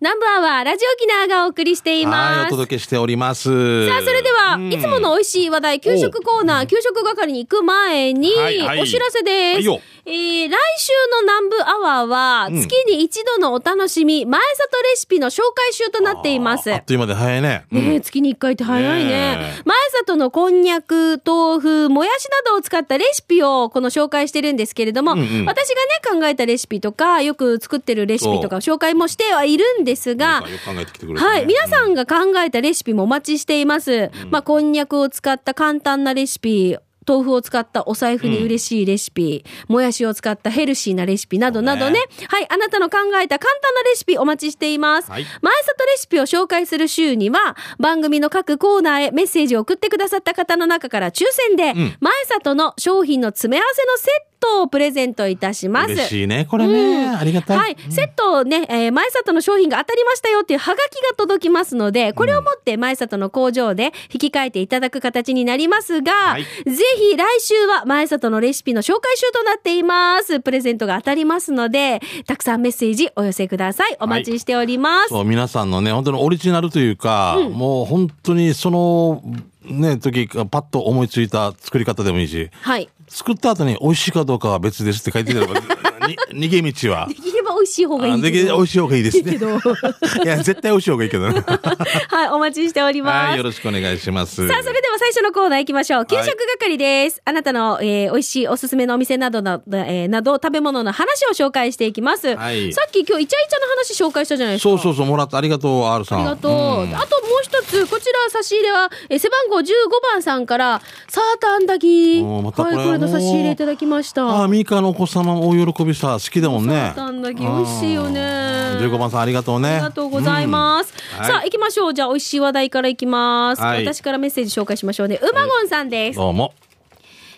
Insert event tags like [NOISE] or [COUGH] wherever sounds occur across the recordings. ナンバーはラジオキナーがお送りしていはい、まおす。届けしております。さあ、それでは、うんいつもの美味しい話題、給食コーナー、給食係に行く前にはいは、いお知らせはでいす。よえー来週の南部アワーは、ん月に一度のお楽しみ、前里レシピの紹介集となっています。あっという間で早いね。うんねえ、月に1回って早いね。ねえ前里のこんにゃく、豆腐、もやしなどを使ったレシピをこの紹介してるんですけれども、うんうん私がね、考えたレシピとか、よく作ってるレシピとかを紹介もしてはいるんですが、よく考えてきてくれてねはい。皆さんが考えたレシピもお待ちしています。まあ、こんにゃくを使った簡単なレシピ、豆腐を使ったお財布に嬉しいレシピ、もやしを使ったヘルシーなレシピなどなどね。はい。あなたの考えた簡単なレシピお待ちしています。は前い里レシピを紹介する週には、番組の各コーナーへメッセージを送ってくださった方の中から抽選で、ん前里の商品の詰め合わせのセットをプレゼントいたします。嬉しいね、これね。ありがたい。はい、セットをね、えー前里の商品が当たりましたよっていうハガキが届きますので、これを持って前里の工場で引き換えていただく形になりますが、いぜひ来週は前里のレシピの紹介集となっています。プレゼントが当たりますので、たくさんメッセージお寄せください。お待ちしております。そう、皆さんのね、本当にオリジナルというか、もう本当にその、ね、時、パッと思いついた作り方でもいいし、はい。作った後に美味しいかどうかは別ですって書いてたら、 [LAUGHS] に逃げ道はで。きれば美味しい方がいあいでけきど美味しい方がいいですね。けど [LAUGHS] いや、絶対美味しい方がいいけどね。 [LAUGHS] はい、お待ちしております。はい、よろしくお願いします。さあ、それでは最初のコーナー行きましょう。給食係です。あなたの、えー美味しいおすすめのお店などな、えーなど、食べ物の話を紹介していきます。はいさっき今日イチャイチャの話紹介したじゃないですか。そうそうそう、もらった。ありがとう、R さん。ありがとう。あともう一つ、こちら差し入れは、えー背番号15番さんから、サーターアンダギー。おーまたこはれい、これの差し入れいただきました。ああ、サミカのお子様も大喜びさ、好きだもんーね。ターアンダギー、美味しいよね。 15番さんありがとうね。ありがとうございます。うんさあ、はい行きましょう。じゃあ、美味しい話題からいきます。はい私からメッセージ紹介しましょうね。うまごんさんです。どうも。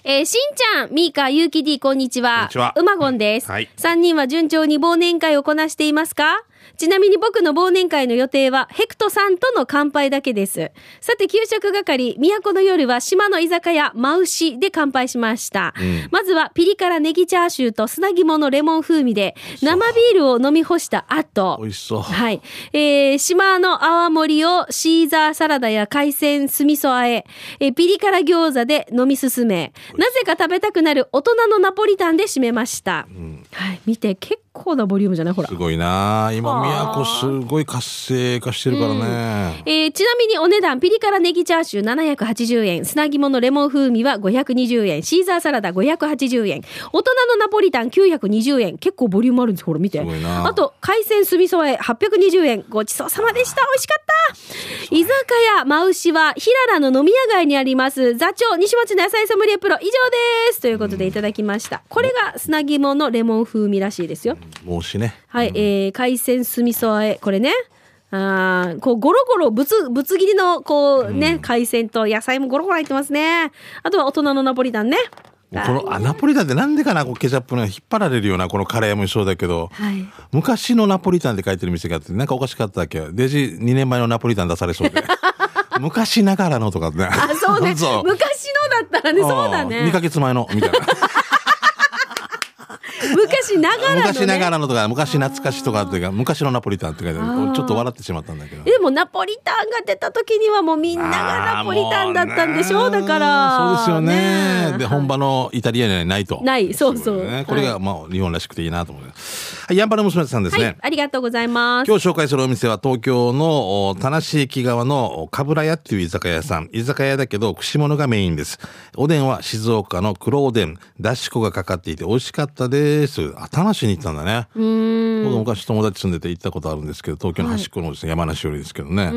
えーしんちゃん、みーか、ゆうき D、こんにちは。こんにちはうまごんです。はい3人は順調に忘年会をこなしていますかちなみに僕の忘年会の予定は、ヘクトさんとの乾杯だけです。さて、給食係、都の夜は島の居酒屋、マウシで乾杯しました。まずは、ピリ辛ネギチャーシューと砂肝のレモン風味で、生ビールを飲み干した後、美味しそう。はい。えー島の泡盛をシーザーサラダや海鮮酢味噌和え、えーピリ辛餃子で飲み進め、なぜか食べたくなる大人のナポリタンで締めました。はい。見て、結構なボリュームじゃないほらす。ごいなあ今、あー都すごい活性化してるからね。えーちなみにお値段、ピリ辛ネギチャーシュー780円、砂肝のレモン風味は520円、シーザーサラダ580円、大人のナポリタン920円、結構ボリュームあるんです、ほら見て。すごいなあと、海鮮酢味噌和え820円、ごちそうさまでした、美味しかった居酒屋、マウシは、平良の飲み屋街にあります、座長、西町の野菜ソムリエプロ、以上ですということでいただきました。これが砂肝のレモン風味らしいですよ。帽子ね。はい、えー海鮮酢味噌和え、これね。あーこうゴロゴロぶつぶつ切りのこうね、海鮮と野菜もゴロゴロ入ってますねあとは大人のナポリタンねこのアナポリタンってなんでかなこうケチャップの引っ張られるようなこのカレーもそうだけど、はい昔のナポリタンって書いてる店があってなんかおかしかったっけデジ2年前のナポリタン出されそ [LAUGHS] うで昔ながらのとかねあそうね昔 [LAUGHS] そのだったらねそうだね2ヶ月前のみたいな昔ながらの、ね、昔ながらのとか昔懐かしとかっていうか昔のナポリタンって書いてああーるちょっと笑ってしまったんだけどでもナポリタンが出た時にはもうみんながナポリタンだったんでしょあーもうねだからそうですよねではい本場のイタリアにはないとないそうそうといことでねこれがまあ日本らしくていいなと思いますはいヤンバル娘さんですね、はいありがとうございます今日紹介するお店は東京のお田無駅側のおかぶら屋っていう居酒屋さん。居酒屋だけど串物がメインです。おでんは静岡の黒おでん。だし粉がかかっていて美味しかったです。あ、田無に行ったんだね。僕昔友達住んでて行ったことあるんですけど、東京の端っこのですね、山梨よりですけどね。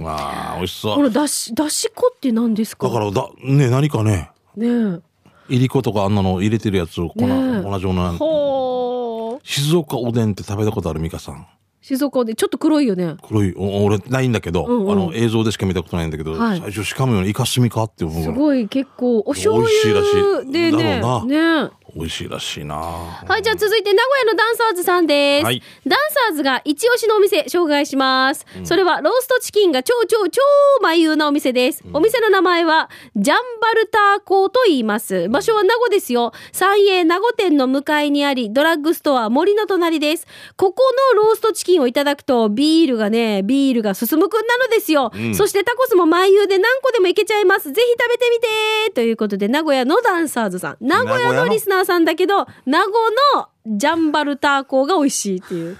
わあ、美味しこそう。のだしだし粉って何ですかだから、だ、ね、何かね、ねいりことかあんなの入れてるやつを粉、ねえ粉状のえ。ほー静岡おでんって食べたことある美香さん。静岡でちょっと黒いよね黒いお俺ないんだけど、うんうんあの映像でしか見たことないんだけど、はい最初しかむようにイカスミかって思うすぐらいごい結構お醤美味しいらし油いでねだろうね美味しいらしいなははい、じゃあ続いて名古屋のダンサーズさんです。はいダンサーズが一押しのお店紹介します。それはローストチキンが超超超眉優なお店です。お店の名前はジャンバルター港と言います。場所は名護ですよ。三栄名護店の向かいにあり、ドラッグストア森の隣です。ここのローストチキンをいただくとビールがね、ビールが進むくんなのですよ。んそしてタコスも眉優で何個でもいけちゃいます。ぜひ食べてみてということで名古屋のダンサーズさん。名古屋のリスナーさんだけど名護のジャンバルター港が美味しいっていう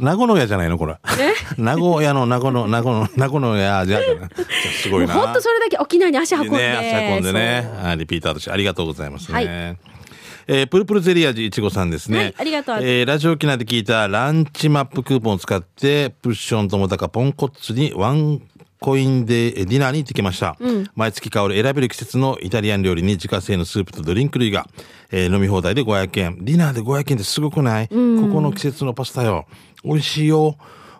名古屋じゃないのこれ [LAUGHS] 名古屋の名古の名古の名古 [LAUGHS] 屋じゃじゃないすごもいうなほんとそれだけ沖縄に足運んで,、ね、足運んでね。はいリピーターとしてありがとうございますね。はいえープルプルゼリ味いちごさんですね。はいありがとうえーラジオ機内で聞いたランチマップクーポンを使って、プッションともだかポンコツにワンコインでえーディナーに行ってきました。毎月香る選べる季節のイタリアン料理に自家製のスープとドリンク類が、えー飲み放題で500円。ディナーで500円ってすごくない、ここの季節のパスタよ。美味しいよ。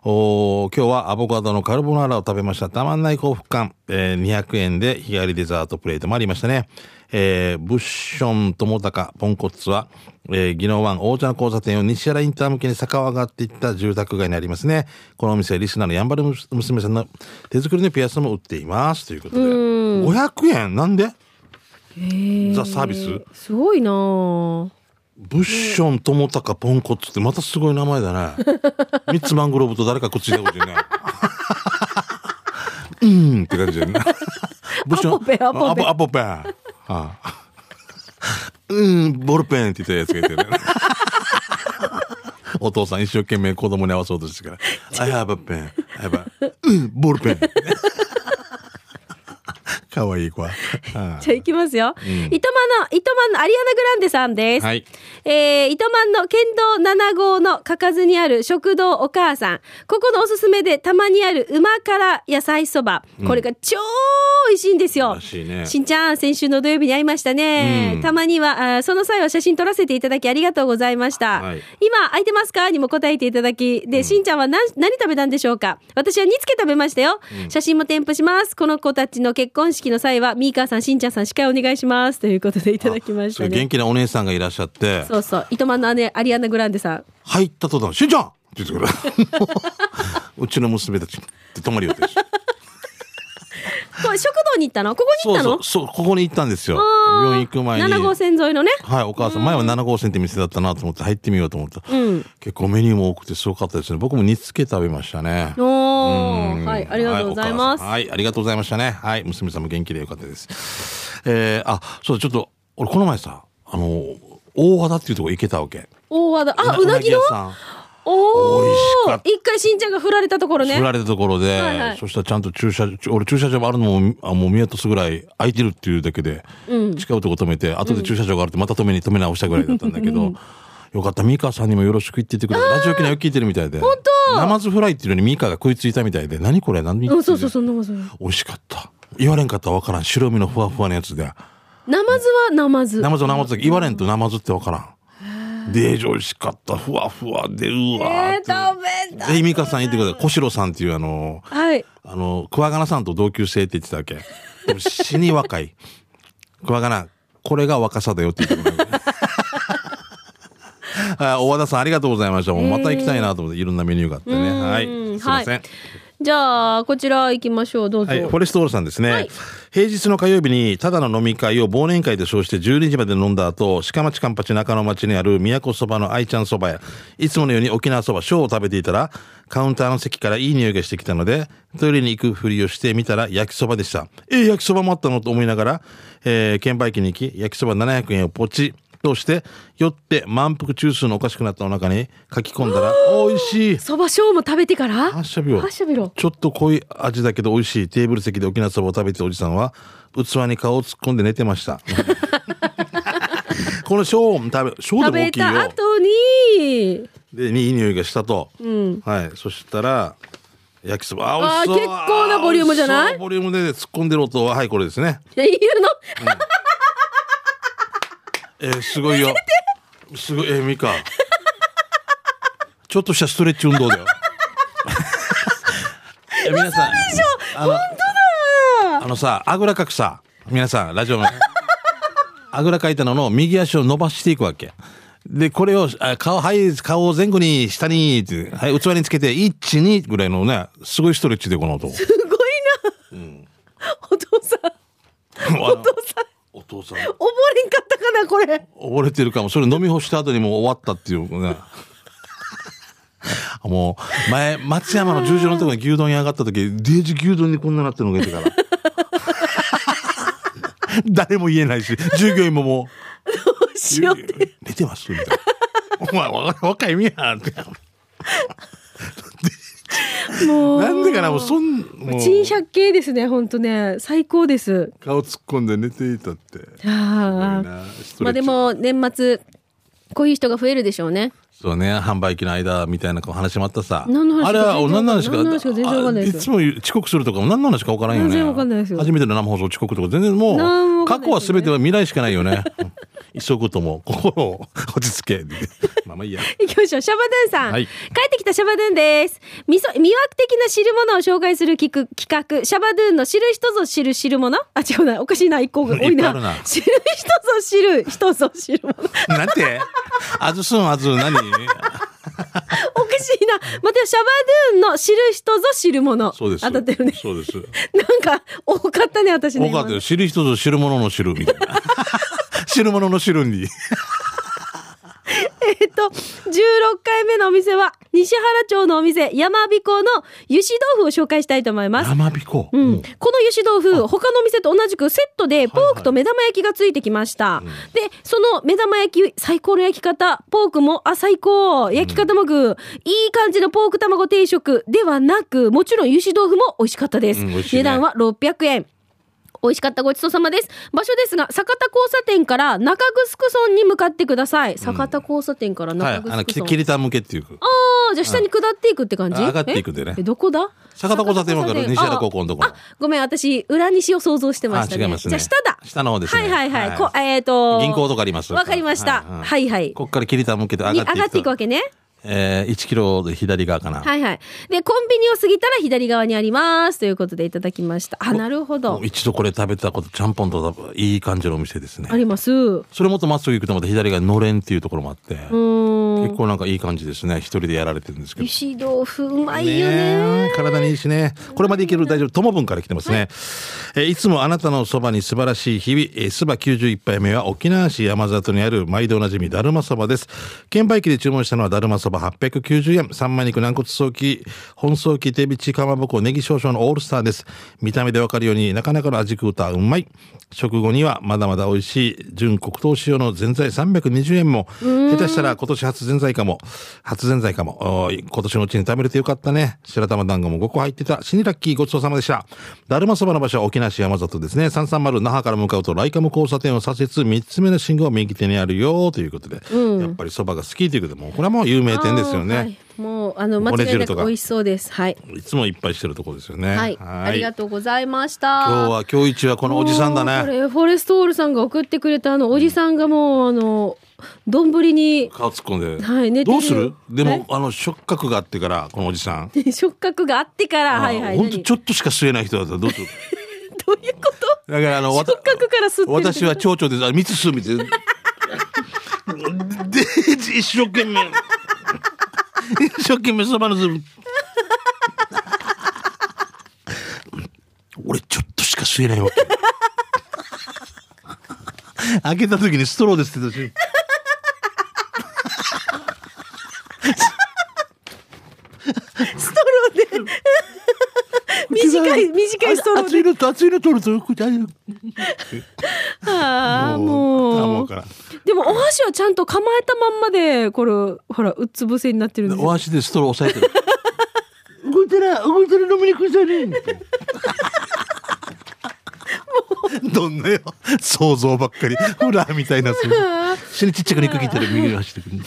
おー今日はアボカドのカルボナーラを食べました。たまんない幸福感。えー200円で日帰りデザートプレートもありましたね。えーブッション友高ポンコツは、えー、宜野湾大茶の交差点を西原インター向けに坂を上がっていった住宅街にありますね。このお店はリスナーのやんばる娘さんの手作りのピアスも売っています。ということで。500円なんでザ・サービスすごいなあブッション友高ポンコツってまたすごい名前だ [LAUGHS] ね。ミッツマングローブと誰かくっついたことにね。うんって感じだよね。ブッションアポペンアポペンアポペン。ああうん、ボールペンって言ったやつがいてね。お父さん一生懸命子供に合わそうとしてから。[LAUGHS] I have a pen. I have a... うん、ボールペン。かわいい子は。あじゃあ行きますよ、糸満の糸満のアリアナ・グランデさんです、はいえー糸満の県道7号の書かずにある食堂お母さんここのおすすめでたまにある馬から野菜そばこれが超美味しいんですよ、らしいね。しんちゃん、先週の土曜日に会いましたね。うんたまには、あーその際は写真撮らせていただきありがとうございました。はい今、空いてますかにも答えていただき、で、しんちゃんは何何食べたんでしょうか私は煮つけ食べましたよ。写真も添付します。この子たちの結婚式の際は、ミーカーさん、しんちゃんさん、司会お願いします。ということでいただきましすたごいね元。気なお姉さんがいらっしゃって。そうそう、糸満の姉、アリアナ・グランデさん。入った途端、しんちゃんって言ってくる。 [LAUGHS] うちの娘たちって泊まりよって。これ食堂に行ったのここにそ行うったそのう、そう、ここに行ったんですよ。あー病院行く前に。 7号線沿いのね。はい、お母さん、前は7号線って店だったなと思って入ってみようと思った。うん。結構メニューも多くてすごかったですね。僕も煮付け食べましたね。おうー。んはい、ありがとうございます。はい、お母さんはいありがとうございましたね。はい、娘さんも元気でよかったです。えー、あ、そうだ、ちょっと、俺この前さ、あの、大和田っていうとこ行けたわけ。大和田、あ、うなぎの屋さんお美味しかおっ、た一回しんちゃんが振られたところね。振られたところで、はいはいそしたらちゃんと駐車場、俺駐車場があるのも、あもう見渡すぐらい空いてるっていうだけで、近いとこ止めて、後で駐車場があるってまた止めに止め直したぐらいだったんだけど、よかった、ミカさんにもよろしく言っててくれた。ラジオ機内を聞いてるみたいで。本当ナマズフライっていうのにミカが食いついたみたいで、何これ何言ってうんん、のそうそうそう、ナマズ。美味しかった。言われんかったらわからん。白身のふわふわのやつで。ナマズはナマズ。ナマズはナマズだけど言われんとナマズってわからん。で、美味しかった。ふわふわで、うわーえってー、食べた。ぜひミカさん言ってください。小城さんっていうあの、はい。あの、クワガナさんと同級生って言ってたわけ。でも死に若い。クワガナ、これが若さだよって言ってた。はい、大和 [LAUGHS] 田さんありがとうございました。もうまた行きたいなと思って、いろんなメニューがあってね。はい。すいません。じゃあ、こちら行きましょう。どうぞ。はい、フォレストオールさんですね、はい平日の火曜日にただの飲み会を忘年会で称して12時まで飲んだ後鹿町カンパチ中野町にある宮古そばの愛ちゃんそばやいつものように沖縄そば小を食べていたらカウンターの席からいい匂いがしてきたのでトイレに行くふりをしてみたら焼きそばでしたえー焼きそばもあったのと思いながら、えー券売機に行き焼きそば700円をポチとして酔って満腹中枢のおかしくなったお腹に書き込んだら美味しいそばしょうも食べてから発射病ハッシャビロ。ちょっと濃い味だけど美味しいテーブル席で沖縄そばを食べてたおじさんは器に顔を突っ込んで寝てました。 [LAUGHS] このショーも食べ、ショー食でも大べきいよた。後に、で、にいい匂いがしたと。んはい。そしたら、焼きそば。あ、美味しそう。あー結構なボリュームじゃない美味しそうボリュームで突っ込んでる音は、はい、これですね。いや言うのえーすごいよ。すごい、えー、ミカ。 [LAUGHS] ちょっとしたストレッチ運動だよ。 [LAUGHS] え皆さん、あの、本当だ [LAUGHS] あのさ、あぐらかくさ、皆さん、ラジオの、あぐらかいたのの右足を伸ばしていくわけ。で、これを、あ顔、はい、顔を前後に、下に、ってはい、器につけて、1、2ぐらいのね、すごいストレッチで、この [LAUGHS] 男。すごいな、お父さんお父さん [LAUGHS] お父さん、溺れんかったかなこれ溺れてるかも。それ飲み干した後にもう終わったっていうね。 [LAUGHS] もう、前、松山の十字路のところに牛丼屋上がった時、デージ牛丼にこんななってるのがいてから。 [LAUGHS] 誰も言えないし、従業員ももどうしようってう、出てますみたいな。お前、わ若いみやんって。もうなんでかな、もうそん、もう、珍百景ですね本当ね最高です顔突っ込んで寝ていたって。あすごいなスあトレッチまあでも年末こういう人が増えるでしょうねそうね、販売機の間みたいな話もあったさ。何の話かあれは、お何の話か。何の話か全然わかんないですあいつも遅刻するとかも何の話か分からんよね。全然わかんないですよ初めての生放送遅刻とか、全然も何もう、わかん過ない去ですよねは全ては未来しかないよね。 [LAUGHS] うん急ぐとも、心を [LAUGHS] 落ち着け。まあまあいいや。 [LAUGHS] 行きましょう。シャバドゥンさん。はい帰ってきたシャバドゥンです。みそ、魅惑的な汁物を紹介する企画、企画シャバドゥンの知る人ぞ知る汁物あ、違うな。おかしいな。一個が多いいっぱいな。あるな知る人ぞ知る人ぞ知るもの。なんてあずすん、あず、お何かしいな。またシャバドゥンの知る人ぞ知るもの。そうです。当たってるね。そうです。なんか、多かったね、私ね。多かった今よ。知る人ぞ知る者の知る、みたいな。 [LAUGHS] 知る者の知るに。えっと、16回目のお店は、西原町のお店、山彦の油脂豆腐を紹介したいと思います。生びこ。うんもうこの油脂豆腐他のお店と同じくセットでポークと目玉焼きがついてきました、でその目玉焼き最高の焼き方ポークもあ最高焼き方も具、いい感じのポーク卵定食ではなくもちろん油脂豆腐も美味しかったです、うん美味しいね値段は600円美味しかったごちそうさまです場所ですが酒田交差点から中城村に向かってください酒田交差点からはい中、あ城の、村、き切りた向けっていう。ああじゃあ下に下っていくって感じあ上がっていくでねええどこだ坂田交差点わかる坂田交差点西原高校のところああごめん私裏西を想像してましたねあ違いますねじゃあ下だ下の方ですねはいはいはい、はいこえっ、と銀行とかありますわかりましたはいはいはいはいこっから切りた向けて上にが上がっってていいくくとわ。けねえー、1キロで左側かな。はいはいでコンビニを過ぎたら左側にありますということでいただきましたあなるほど一度これ食べたこと、ちゃんぽんといい感じのお店ですねあ。りますうそれもっとまっすぐ行くとまた左側にのれんっていうところもあって、ーん結構なんかいい感じですね。一人でやられてるんですけど油。脂豆腐うまいよねえ体にいいしね。これまでいける大丈夫。ともぶんから来てますね。えーいつもあなたのそばに素晴らしい日々、えーそば91杯目は沖縄市山里にある毎度おなじみだるまそばです。券売機で注文したのはだるまそば890円、三枚肉軟骨早期、本早期手びちかまぼこネギ少々のオールスターです。見た目でわかるようになかなかの味食うたうまい。食後にはまだまだ美味しい純黒糖塩のぜんざい320円も、下手したら今年初ぜんざいかも、初ぜんざいかも、おー今年のうちに食べれてよかったね。白玉団子も5個入ってた。死にラッキーごちそうさまでした。だるまそばの場所は沖縄市山里ですね。330那覇から向かうとライカム交差点を左折3つ目の信号を右手にあるよということで、やっぱりそばが好きということで、もうこれはもう有名店ですよね。あーはいもうあの間骨違い汁なとくか美味しそうですはいい、つもいっぱいしてるところですよね。はい、ありがとうございました今日は、今日一はこのおじさんだもうこね。れフォレストオールさんが送ってくれたあのおじさんがもうあの丼に [LAUGHS] 顔突っ込んで。はい寝てるどうするではいも、あの、触覚があってから、このおじさん。触覚があってからはいはい本当何ちょっとしか吸えない人だったらどうするどういうことだからあのわた触覚から吸ってる私は蝶々ですあ蜜吸うみたいなで一生懸命一生懸命そばの粒俺ちょっとしか吸えないわけ開けた時にストローですって言ったストローで [LAUGHS] 短い短いストロー熱いでのと熱いの取るとこれ大丈ああ夫も頭うからでもお箸はちゃんと構えたまんまでこれほらうつ伏せになってるんですよお箸でストロー押さえてる動いたら動いたら飲みにくいじゃねえどんなよ想像ばっかりホラーみたいなする死にちっちゃく肉切ったら右に走ってくる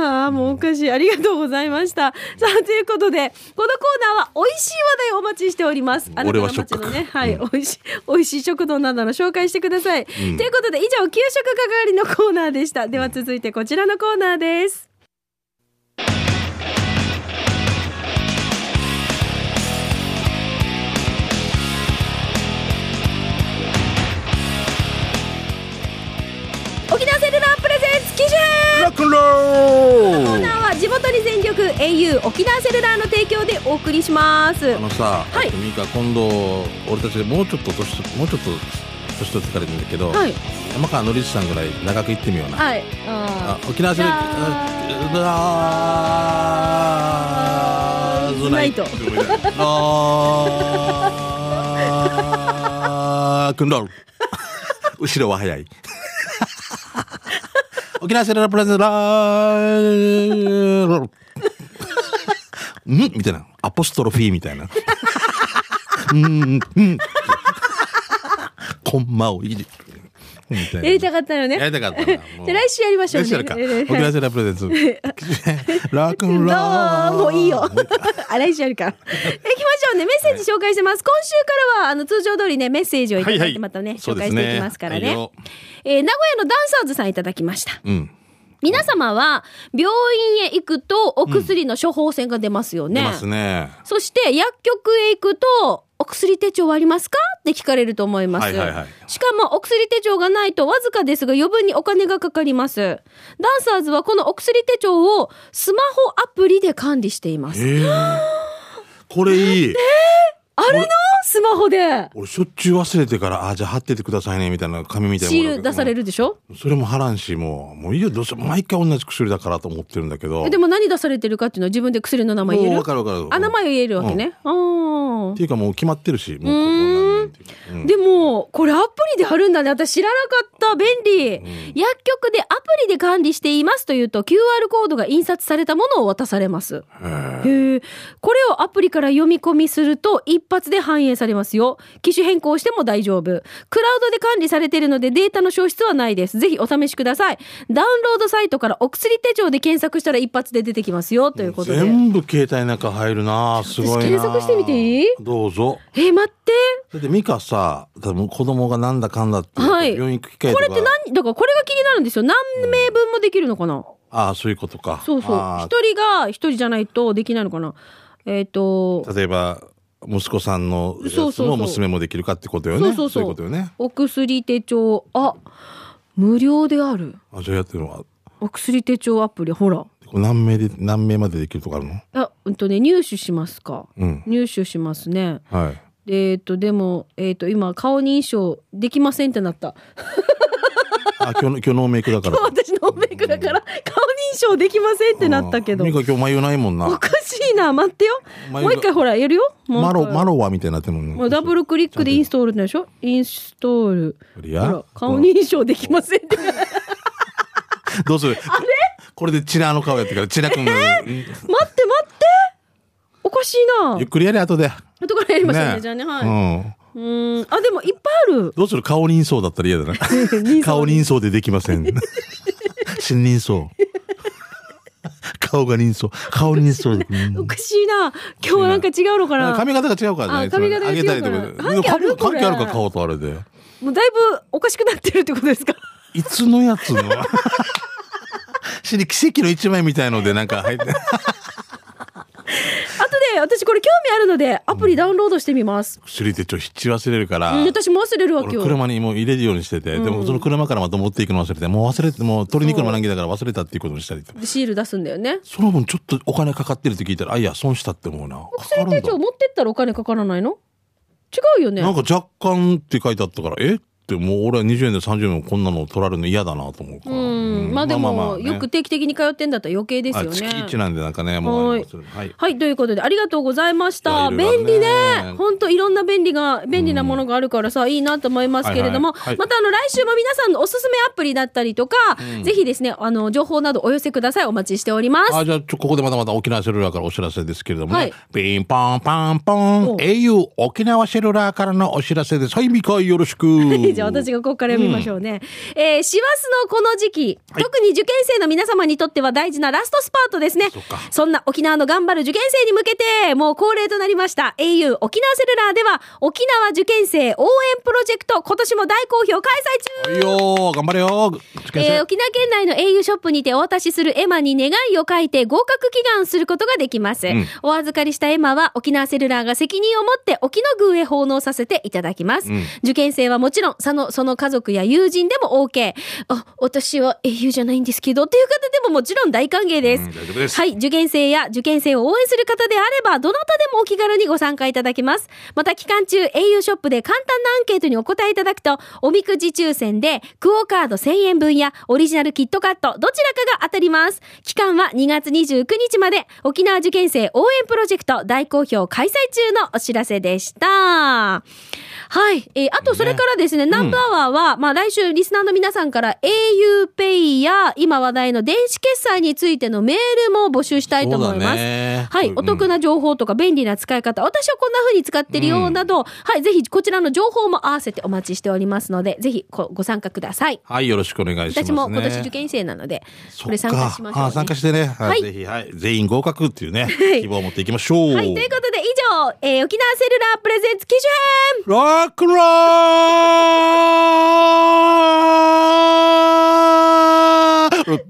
はあ、もうおかしい。ありがとうございました。さあ、ということで、このコーナーは美味しい話題をお待ちしております。あなた俺のは街のね、食はい、美味しい、美味しい食堂などの紹介してください。ということで、以上、給食係のコーナーでした。では続いてこちらのコーナーです。ンロコーナーーは地元に全力 au 沖縄セルラーの提供でお送りしますあのさ、はいミカ今度俺たちがもうちょっと年ともうちょっと年取ってからでいいんだけど、はい山川のりさんぐらい長く行ってみような、はいああ沖縄セルじゃラーズナイトズあーくんどん後ろは早い沖縄セルラープレゼンラーんみたいなアポストロフィーみたいなうんうんコンマをいじるみたーいなやりたかったよねやりたかったな。もうじゃあ来週やりましょうね来週やるか。えー沖縄セラプレゼンツ。 [LAUGHS] ラークンラー。もういい [LAUGHS] よ。あ来週やるから。え行きましょうね。メッセージ紹介してます。今週からはあの通常通りねメッセージをいただはいいはていまたね、そう紹介ですしねていきますからはねいよ。えー名古屋のダンサーズさんいただきました。うん。皆様は病院へ行くとお薬の処方箋が出ますよね。出ますね。そして薬局へ行くと、お薬手帳はありますかって聞かれると思います。はいはいはいしかも、お薬手帳がないとわずかですが余分にお金がかかります。ダンサーズはこのお薬手帳をスマホアプリで管理しています。ええ。これいい。あるのスマホで。俺しょっちゅう忘れてから、あ、じゃあ貼っててくださいね、みたいな紙みたいなシものール出される。るでしょそれも貼らんし、もう、もういいよ、どうせ、毎回同じ薬だからと思ってるんだけど。えでも何出されてるかっていうのは自分で薬の名前言えもうるわかるわかる。あ、名前を言えるわけね。あっーていうかもう決まってるし、もうここー何年っていうか。うんでも、これアプリで貼るんだね。私知らなかった。便利。薬局でアプリで管理していますというと QR コードが印刷されたものを渡されます。へへえ。これをアプリから読み込みすると一発で反映されますよ。機種変更しても大丈夫。クラウドで管理されているのでデータの消失はないです。ぜひお試しください。ダウンロードサイトからお薬手帳で検索したら一発で出てきますよということで。全部携帯の中入るなすごいな私検索してみていいどうぞ。えー、待って。だって美香さ多分子供がなんだかんだって言ってはい病院行く機会とこかれって何、だからこれが気になるんですよ。何名分もできるのかな、ああそういうことかそうそう。あ一人が一人じゃないとできないのかなえっ、とあ、例えば息子さんのやそうつそうそもう娘もできるかってことよねそうそうそういうことよねお薬手帳、あ、無料である。あじゃあやってるのはお薬手帳アプリ、ほら。これ何名で何名までできるとかあるのあ、うんとね、入手しますか。うん入手しますね。はいえっ、と、でも、えっ、と、今、顔認証できませんってなった。あ今日の今日ノーメイク [LAUGHS] だから私のメイクだから、顔認証できませんってなったけど美。香今日眉ないもんおなかしいな、待ってよ。まあもう一回、ほら、やるよ。もう一マ回ロマロワみたいになってるもんねもうダブルクリックでインストールなんでしょインストール。これほやら、顔認証できません [LAUGHS] って。どうするあれこれでチラの顔やってからチラ君が、待って待っておかしいなゆっくりやれ後で後からやりましょうねじゃあねはい、うんうーんあでもいっぱいあ [LAUGHS] るどうする顔人相だったら嫌だな人。相顔人相ででき [LAUGHS] ません。新人相。顔が人相。顔人相で。うんおかしいな今日はなんか違うのかな髪型が違うからね。あ髪型が違うから上げたり関とか。係あるこ関れ係あるか顔とあれで。もうだいぶおかしくなってるってことですか [LAUGHS] いつのやつの死に奇跡の一枚みたいのでなんか入って。あとで私これ興味あるのでアプリダウンロードしてみます、薬手帳ひっち忘れるからうん。私も忘れるわけよ俺車にもう入れるようにしてて、でもその車からまた持っていくの忘れて、もう忘れて、もう取りに行くのも難儀だから忘れたっていうことにしたりとかでシール出すんだよねその分ちょっとお金かかってるって聞いたら、あ、いや、損したって思うな。かかる薬んだ手帳持ってったらお金かからないの違うよねなんか若干って書いてあったから、えってもう俺は20円で30円もこんなの取られるの嫌だなと思うかうら。んまあでも、よくで定期的に通ってんだったら余計ですよね月一なんでなんかね、もうはあいりますよね。はい。はい、ということで、ありがとうございましいやた。いろいろある便ね利ね。ほんといろんな便利が、便利なものがあるからさ、いいなと思いますけれども、はいはいはいまたあの、来週も皆さんのおすすめアプリだったりとか、ぜひですね、あの、情報などお寄せください。お待ちしております。あじゃあちょここでまたまた沖縄セルラーからお知らせですけれどもね、はいピンポンパンポおン au 沖縄セルラーからのお知らせですはいミカよろしくじゃあ私がここから読みましょうね。えー、師走のこの時期、特に受験生の皆様にとっては大事なラストスパートですね。そっかそんな沖縄の頑張る受験生に向けて、もう恒例となりました au 沖縄セルラーでは、沖縄受験生応援プロジェクト、今年も大好評開催中はいよー頑張れよー受験生えー沖縄県内の au ショップにてお渡しするエマに願いを書いて合格祈願することができます、んお預かりしたエマは沖縄セルラーが責任を持って沖の宮へ奉納させていただきます、受験生はもちろんその、その家族や友人でも OK。あ、私は英雄じゃないんですけど、という方でももちろん大歓迎です。うん大丈夫ですはい。受験生や受験生を応援する方であれば、どなたでもお気軽にご参加いただけます。また期間中、au ショップで簡単なアンケートにお答えいただくと、おみくじ抽選で、クオカード1000円分やオリジナルキットカット、どちらかが当たります。期間は2月29日まで、沖縄受験生応援プロジェクト大好評開催中のお知らせでした。はい。えーあと、それからですね、ナンバーワーは、まあ来週リスナーの皆さんから auPay や今話題の電子決済についてのメールも募集したいと思いそうだます。ねはい、お得な情報とか便利な使い方、私はこんな風に使ってるよなど、はい、ぜひこちらの情報も合わせてお待ちしておりますので、ぜひこご参加ください。はい、よろしくお願いしま私す、ね。も今年受験生なので、これ参加しましょう、ね。ああ参加してね、はいはいぜひ、はい、全員合格っていうね、い希望を持っていきましょう。はい、ということで以上、えー沖縄セルラープレゼンツ機種編 [LAUGHS] ロックンロール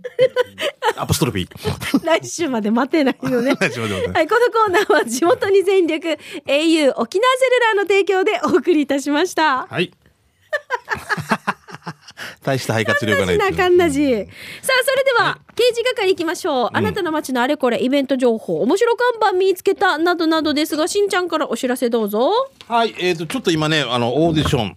アポストロフィー。来週まで待てないよね。大丈夫でございますはい、このコーナーは地元に全力 au 沖縄セルラーの提供でお送りいたしました。 [LAUGHS] はい。大した肺活量がないなってあかいう。んなじ。さあ、それでは、刑事係行きましょう。あなたの街のあれこれ、イベント情報、面白看板見つけた、などなどですが、しんちゃんからお知らせどうぞ。はい、えっ、と、ちょっと今ね、あの、オーディション。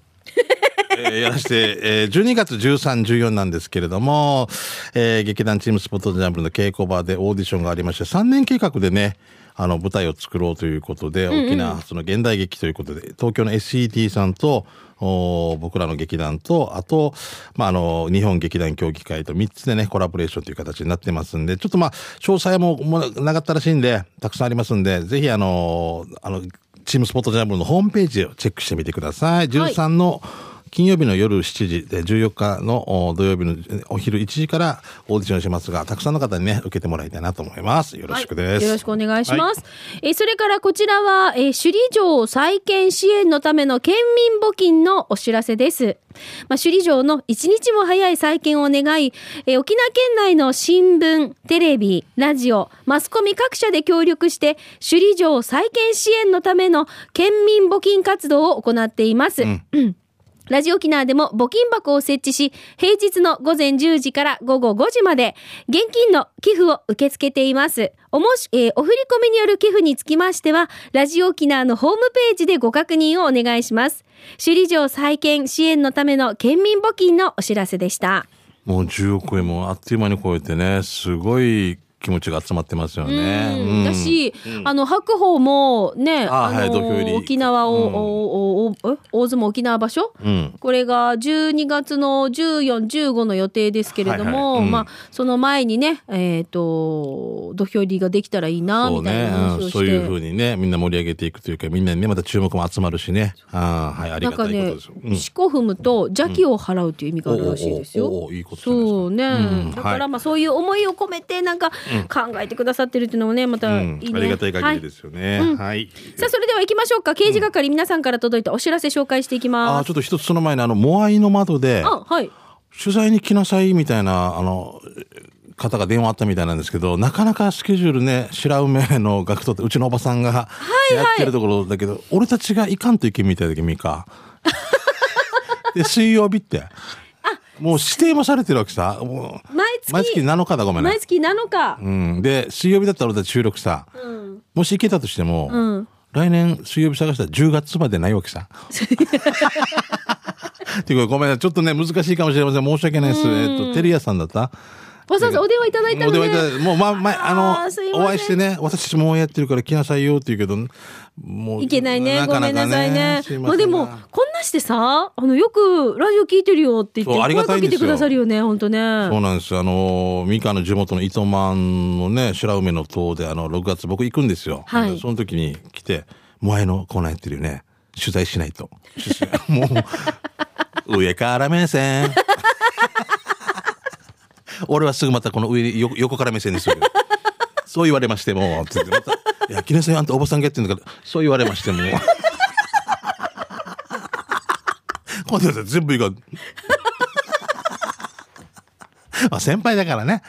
えーやらして、えー12月13、14なんですけれども、えー劇団チームスポットジャンプの稽古場でオーディションがありまして、3年計画でね、あの、舞台を作ろうということで、沖縄発の現代劇ということで、東京の SET さんと、おー僕らの劇団と、あと、まあ、あの、日本劇団協議会と3つでね、コラボレーションという形になってますんで、ちょっとまあ、詳細ももうなかったらしいんで、たくさんありますんで、ぜひあの、あの、チームスポットジャンプのホームページをチェックしてみてください。13の金曜日の夜7時で14日のお土曜日のお昼1時からオーディションしますが、たくさんの方にね、受けてもらいたいなと思います。よろしくです。。よろしくお願いしますす。えーそれからこちらは、えー首里城再建支援のための県民募金のお知らせです。まあ、首里城の一日も早い再建を願い、えー沖縄県内の新聞、テレビ、ラジオ、マスコミ各社で協力して、首里城再建支援のための県民募金活動を行っています。ラジオ沖縄でも募金箱を設置し、平日の午前10時から午後5時まで、現金の寄付を受け付けています。おもし、えーお振り込みによる寄付につきましては、ラジオ沖縄のホームページでご確認をお願いします。首里城再建支援のための県民募金のお知らせでした。もう10億円もあっという間に超えてね、すごい気持ちが集まってますよね。うんだし、あの白鵬もね、ああはいの土俵入り沖縄を、うんおおおえ大相撲沖縄場所、うんこれが12月の14、15の予定ですけれども、はいはいうんまあその前にね、えっ、と土俵入りができたらいいなそうみたいねな話うをんして、そういうふうにねみんな盛り上げていくというかみんなにねまた注目も集まるしねあーはいありながんたかいことねですよ、、四股踏むと邪気を払うという意味があるらしいですよ。うんおーおーおーおーいいことじゃないですかそうね、うんだかはらいまあそういう思いを込めてなんか考えてくださってるっていうのもね、まうたいいんね。ありがたいは限りですよね、はいさあそれでは行きましょうか刑事係、皆さんから届いたお知らせ紹介していきあまあすちょっと一つその前にあのモアイの窓であはい取材に来なさいみたいなあの方が電話あったみたいなんですけどなかなかスケジュールね白梅の学徒ってうちのおばさんがいやはいってるところだけど、俺たちがいかんといけんみたいだけどミ [LAUGHS] カで水曜日ってもう指定もされてるわけさもう毎月毎月7日だごめんね毎月7日、うん、で水曜日だったら俺たち収録さ、もし行けたとしても、来年水曜日探したら10月までないわ [LAUGHS] けさ。っていうかごめんなさいちょっとね難しいかもしれません申し訳ないです。えっとテリアさんだったわざわざお電話いただいたもうので、でもいただいてもうま前あのあーすいませんお会いしてね私たちもうやってるから来なさいよって言うけどもういけないねかかごめんなさいねすいませあんでもこんなしてさあのよくラジオ聞いてるよって言っそうあてりが声たかいんけですてよくださるよね本当ねそうなんですよあのミカの地元の糸満のね白梅の塔であの6月僕行くんですよ、はいでその時に来て「前のコーナーやってるよね取材しないと」もう上から目線 [LAUGHS] 俺はすぐまたこの上に横横から目線ですよそう言われましてもつってまた「いや木さんあんたおばさんがやってるんだからそう言われましても」今度は全部 [LAUGHS] いかんまあ先輩だからね。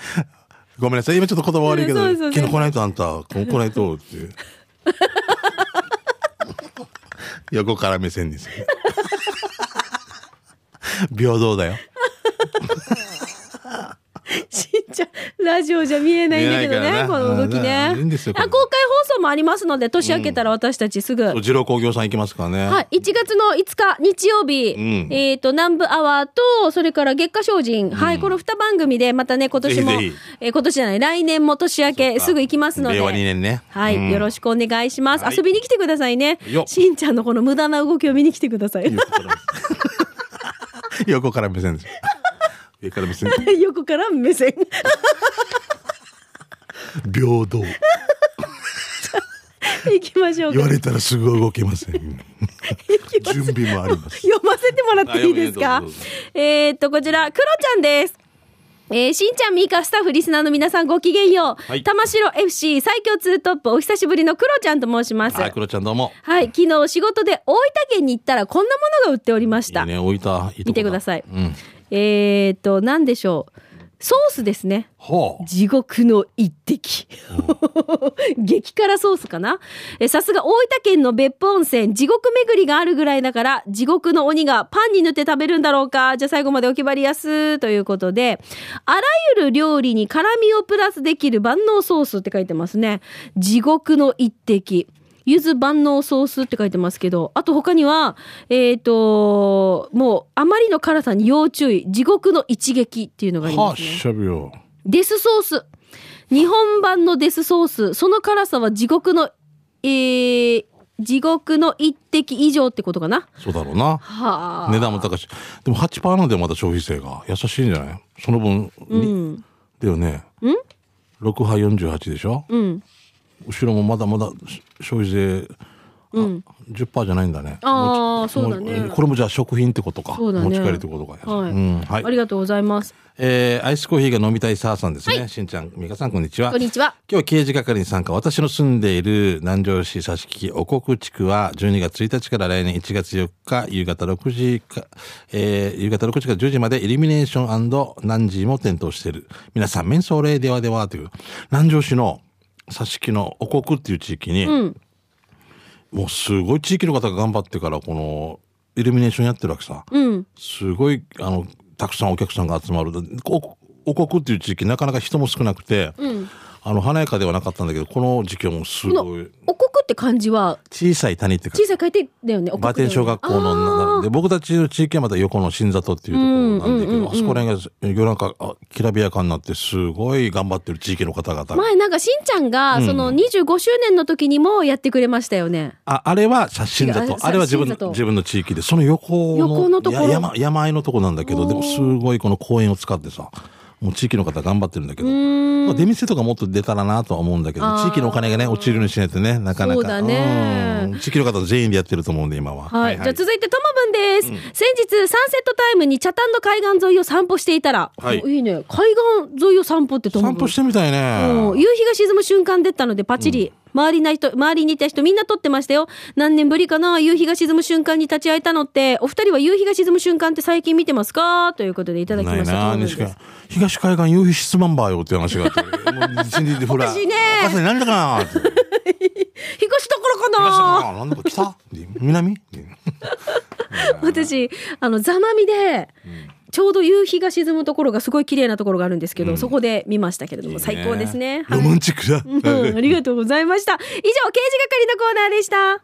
ごめんなさい。今ちょっと言葉悪いけど、そうですそうで昨す日来ないとあんた、こ来ないとっ [LAUGHS] ていう。横から目線ですよ。平等だよ。しんちゃん、ラジオじゃ見えないんだけど見えなね、いこからねの動きね。うんいいんですよあ公開放送もありますので、年明けたら私たちすぐ。二郎工業さん行きますからね。はい、1月の5日日曜日、んえっ、と、南部アワーと、それから月下精進、はい、この2番組で、またね、今年も、ぜひぜひえー今年じゃない、来年も年明けすぐ行きますので、令和2年ね。はい、よろしくお願いします。はい遊びに来てくださいねよ。しんちゃんのこの無駄な動きを見に来てください。横から目横から目線です。上から目線。 [LAUGHS] 横から目線。 [LAUGHS] 平等。行きましょうか。言われたらすぐ動けま [LAUGHS] せん。行きましょう準備もあり [LAUGHS] ます。読ませてもらっていいですあか読むよどうぞどうぞえーっとこちらクロちゃんですえーしんちゃん、みーか、スタッフ、リスナーの皆さん、ごきげんよう。はい玉城 FC 最強ツートップ、お久しぶりのクロちゃんと申します。ははい、い、クロちゃんどうも。昨日仕事で大分県に行ったら、こんなものが売っておりましいた。いね、置いた。いいとこ見てください。うん。えーっと、なんでしょう。ソースですね。ほう。地獄の一滴。激辛ソースかなえさすが大分県の別府温泉、地獄巡りがあるぐらいだから、地獄の鬼がパンに塗って食べるんだろうか。じゃあ最後までお決まりやす。ということで、あらゆる料理に辛味をプラスできる万能ソースって書いてますね。地獄の一滴。ゆず万能ソースって書いてますけど、あと他には、えっ、と、もう、あまりの辛さに要注意、地獄の一撃っていうのがありはまっすね。しゃべよ。デスソース。日本版のデスソース。その辛さは地獄の、えー、地獄の一滴以上ってことかな。そうだろうな。はあ。値段も高いし。でも8%なんだよ、まだ消費税が。優しいんじゃないその分、にだよね。うん ?6 波48でしょうん。後ろもまだまだし消費税、うん、10%じゃないんだね。ああ、持ちそうだねも。これもじゃあ食品ってことか。そうだね持ち帰りってことか。はい、うん、はあい。りがとうございます。えーアイスコーヒーが飲みたいサーさんですね。しんちゃん、みかさん、こんにちは。こんにちは。今日刑事係に参加。私の住んでいる南城市佐敷お国地区は12月1日から来年1月4日夕方6時か、えー夕方6時から10時までイルミネーションナンジーも点灯している。皆さん、面相礼ではではという南城市の佐敷のお国っていう地域に、もうすごい地域の方が頑張ってからこのイルミネーションやってるわけさ。うん。すごいあのたくさんお客さんが集まるおお国っていう地域なかなか人も少なくて、あの華やかではなかったんだけどこの時期はもうすこのごい、お国って漢字は、小さい谷って書小いてさい書いてだよね。お国バーテン小学校のなで僕たちの地域はまた横の新里っていうところなんだけど、あそこら辺が夜なんかあきらびやかになってすごい頑張ってる地域の方々が前なんかしんちゃんが、その25周年の時にもやってくれましたよね。ああれは写真だ違うとあ。あれは自分写真里の、自分の地域で、その横の横のところや山、山あいのとこなんだけど、でもすごいこの公園を使ってさ、もう地域の方頑張ってるんだけど、まあ出店とかもっと出たらなとは思うんだけど、地域のお金がね、落ちるようにしないとね、なかなか。そうだねうん地域の方全員でやってると思うんで、今は。はい。じゃあ続いてともぶんです。先日、サンセットタイムに茶炭の海岸沿いを散歩していたら、はいおいいね。海岸沿いを散歩ってともぶ散ん。歩してみたいうんね。夕日が沈む瞬間だったのでパチリ、周りない人周りにいた人みんな撮ってましたよ何年ぶりかな夕日が沈む瞬間に立ち会えたのってお二人は夕日が沈む瞬間って最近見てますかということでいただきまなしいたなと思うん西です海東海岸夕日質まんばよって話が [LAUGHS] あって、もう一日でほら、おかしいねおかしいなんだか [LAUGHS] なって東だから東かなかななんだか北で南で私あのざまみで、ちょうど夕日が沈むところがすごい綺麗なところがあるんですけど、そこで見ましたけれども最高ですね、はロいマンチックだ。うんありがとうございました以上刑事係のコーナーでした